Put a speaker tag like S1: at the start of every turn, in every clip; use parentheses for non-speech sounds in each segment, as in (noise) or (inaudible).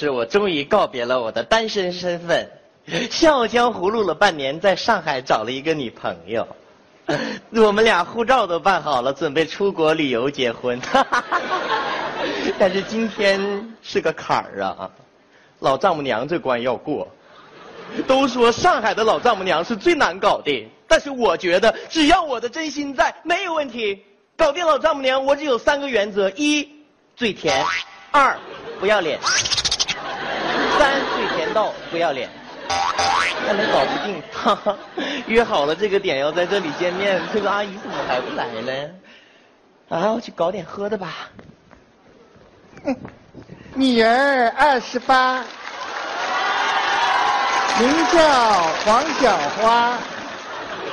S1: 是我终于告别了我的单身身份，笑傲江湖录了半年，在上海找了一个女朋友，我们俩护照都办好了，准备出国旅游结婚。 (laughs) 但是今天是个坎儿啊，老丈母娘这关要过。都说上海的老丈母娘是最难搞的，但是我觉得只要我的真心在，没有问题。搞定老丈母娘，我只有三个原则：一，嘴甜；二，不要脸。三嘴甜到不要脸，但是搞不定。哈哈，约好了这个点要在这里见面，这个阿姨怎么还不来呢？啊，我去搞点喝的吧。
S2: 女儿二十八，名叫黄小花，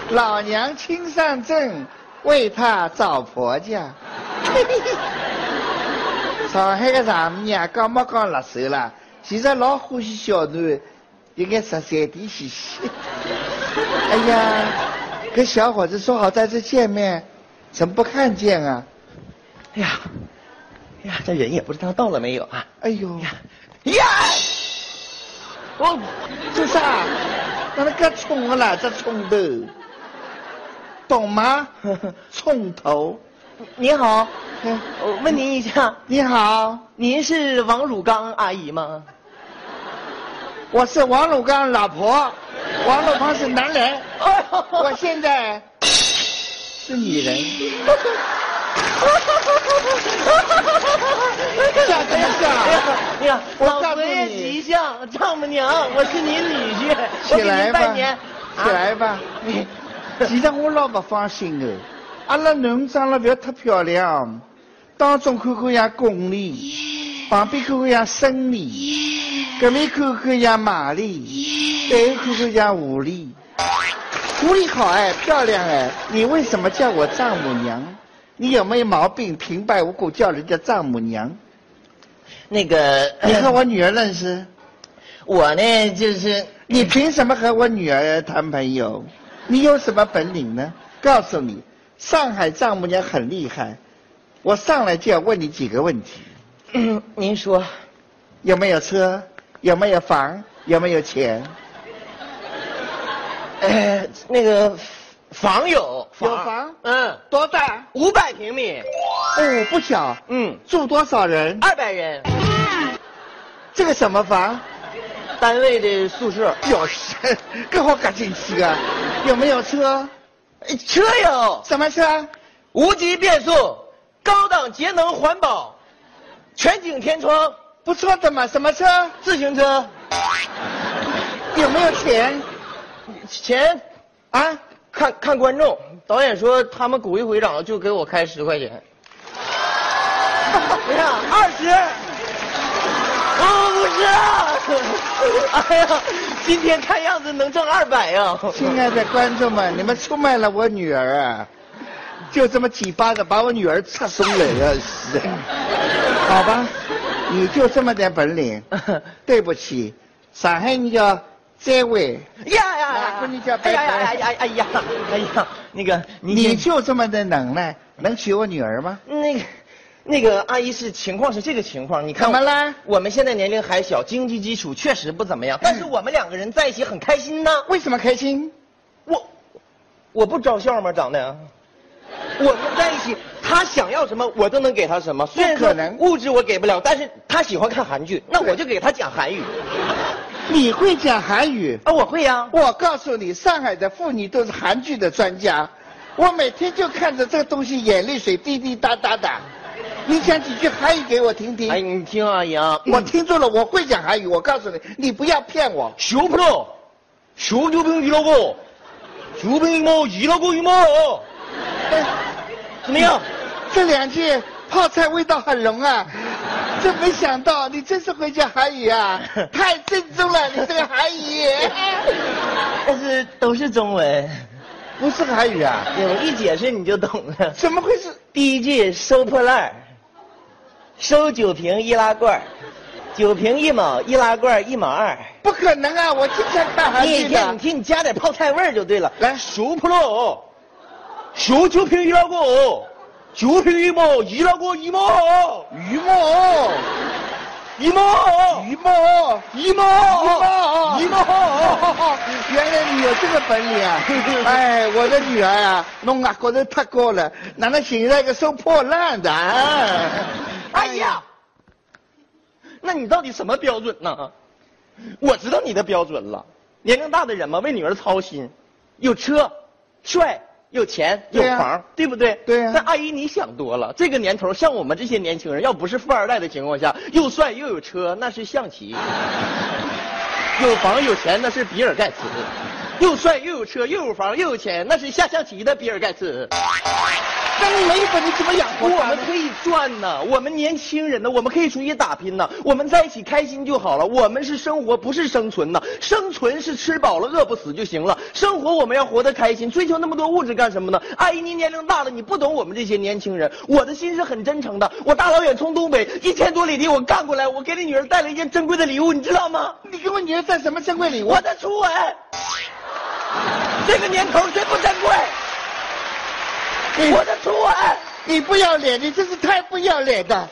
S2: 老娘亲上阵，为她找婆家。上海个丈母娘讲没讲辣手了，其实老欢喜小囡，有眼十三点嘻嘻。 (laughs) 哎呀，跟小伙子说好在这见面，怎么不看见啊？
S1: 哎呀，哎呀，这人也不知道到了没有啊。
S2: 哎呦！
S1: 呀，
S2: 哦，做啥？哪能个冲我啦？这冲头，懂吗？ (laughs) 冲头。
S1: 您好，
S2: 哎，
S1: 我问您一下，
S2: 你好，
S1: 您是王汝刚阿姨吗？
S2: 我是王汝刚老婆，王汝刚是男人，
S1: 哎呦
S2: 我现在是女人。
S1: 哎
S2: 笑什么
S1: 哎呀
S2: 笑？，
S1: 哎呀，
S2: 我
S1: 老
S2: 告诉
S1: 佛爷
S2: 你
S1: 吉祥，丈母娘，我是您女婿，我
S2: 起
S1: 给
S2: 来
S1: 您
S2: 吧
S1: 拜年，，啊
S2: 起来吧。
S1: (laughs)
S2: 其实我老不放心哦，阿拉囡儿长得不要太漂亮，当中看看像巩俐，旁边看看像孙俪，搿面看看像马丽，背后看看像狐狸。狐狸好哎，漂亮哎，你为什么叫我丈母娘？你有没有毛病？平白无故叫人家丈母娘？
S1: 那个，
S2: 你和我女儿认识？
S1: 呃我呢就是
S2: 你凭什么和我女儿谈朋友？你有什么本领呢？告诉你，上海丈母娘很厉害。我上来就要问你几个问题：
S1: 嗯 (clears throat) 您说，
S2: 有没有车？有没有房？有没有钱？哦
S1: 呃，那个房有
S2: 有房
S1: 嗯，
S2: 多大？
S1: 五百平米，
S2: 哦，不小。
S1: 嗯，
S2: 住多少人？
S1: 二百人，
S2: 这个什么房？
S1: 单位的宿舍，
S2: 有事，跟我赶紧去啊！有没有车？
S1: 哎车有
S2: 什么车？
S1: 无级变速，高档节能环保，全景天窗，
S2: 不错的嘛，什么车？
S1: 自行车，
S2: 有没有钱？ (laughs)
S1: 钱
S2: 啊？
S1: 看看观众，导演说他们鼓一鼓掌就给我开十块钱。哎呀，二十，哦， (laughs) 不是，哎呀，今天看样子能挣二百啊呀。
S2: 亲爱的观众们，你们出卖了我女儿啊！就这么几巴掌把我女儿刺松了要死！ (laughs) 好吧，你就这么点本领，对不起，上海人叫这位，
S1: (laughs) 呀呀
S2: 啊
S1: 呀！
S2: 闺女叫
S1: 哎
S2: 拜
S1: 呀
S2: 拜
S1: 呀呀呀哎呀！哎呀，那个
S2: 你就这么点能耐，能娶我女儿吗？
S1: 那个。那个阿姨是情况是这个情况，你看
S2: 怎么了
S1: 我们现在年龄还小，经济基础确实不怎么样，但是我们两个人在一起很开心呢。
S2: 为什么开心？
S1: 我，我不招笑吗？长得，我们在一起，他想要什么我都能给他什么。虽然
S2: 不可
S1: 说
S2: 能
S1: 物质我给不了，但是他喜欢看韩剧，那我就给他讲韩语
S2: 你会讲韩语？
S1: 啊，我会呀、
S2: 我告诉你，上海的妇女都是韩剧的专家，我每天就看着这个东西，眼泪水滴滴答答的。你讲几句韩语给我听听。
S1: 哎，你听阿姨啊，
S2: 我听住了，我会讲韩语。我告诉你，你不要骗我。
S1: 熊 pro，熊牛兵一老狗，牛兵一毛一老狗一毛，
S2: 哎
S1: 怎么样？
S2: 这两句泡菜味道很浓啊！真没想到你真是会讲韩语啊！太正宗了，你这个韩语
S1: 但是都是中文，
S2: 不是韩语啊？
S1: 我一解释你就懂了。
S2: 怎么会是？
S1: 第一句收破烂儿，收酒瓶易拉罐儿，酒瓶一毛，易拉罐儿一毛二。
S2: 不可能啊！我经常看韩
S1: 你
S2: 剧
S1: 听，
S2: 的
S1: 你。听，你加点泡菜味儿就对了。
S2: 来
S1: 熟破喽，熟酒瓶易拉罐儿，酒瓶一毛，易拉罐一毛。
S2: 于墨，
S1: 姨母，
S2: 姨母，
S1: 姨母，
S2: 姨
S1: 姨
S2: 母
S1: 母，
S2: (laughs) 原来你有这个本
S1: (laughs)
S2: 领啊！哎，我的女儿啊，弄啊觉得太高了，哪能现在个收破烂的？啊
S1: (laughs) 哎呀，， (laughs) 那你到底什么标准呢？我知道你的标准了，年龄大的人嘛，为女儿操心，有车，帅，有钱，有
S2: 对呀
S1: 房，对不对？
S2: 对呀
S1: 那阿姨你想多了，这个年头，像我们这些年轻人，要不是富二代的情况下，又帅又有车，那是象
S2: (laughs)
S1: 棋；有房有钱，那是比尔盖茨；又帅又有车又有房又有钱，那是下象棋的比尔盖茨。
S2: 哎
S1: 那你没本事怎么养活
S2: 啊
S1: 我们可以赚呢？我们年轻人呢，我们可以出去打拼呢，我们在一起开心就好了。我们是生活，不是生存呢。生存是吃饱了饿不死就行了，生活我们要活得开心，追求那么多物质干什么呢？阿姨，您年龄大了，你不懂我们这些年轻人。我的心是很真诚的，我大老远从东北一千多里地我干过来，我给你女儿带了一件珍贵的礼物，你知道吗？
S2: 你给我女儿带什么珍贵礼物
S1: 我？的初吻，这个年头谁不珍贵？
S2: 嗯
S1: 我的初吻。
S2: 你不要脸，你真是太不要
S1: (laughs)
S2: 脸的！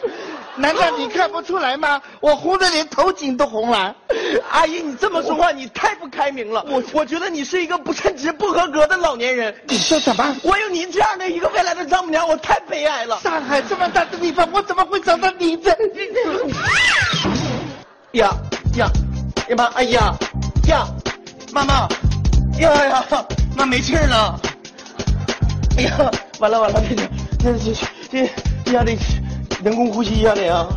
S2: 难道你看不出来吗？我红的连头颈都红了。
S1: (laughs) 阿姨，你这么说话，你太不开明了。我我觉得你是一个不称职、不合格的老年人。
S2: 你说什么？
S1: 我有您这样的一个未来的丈母娘，我太悲哀了。
S2: 上海这么大的地方，我怎么会找到
S1: (laughs)
S2: 你的？
S1: 呀呀，呀妈，哎呀呀，妈妈，呀呀，妈没气儿了。哎呀，完了完了，这这这这这这下得人工呼吸呀得啊。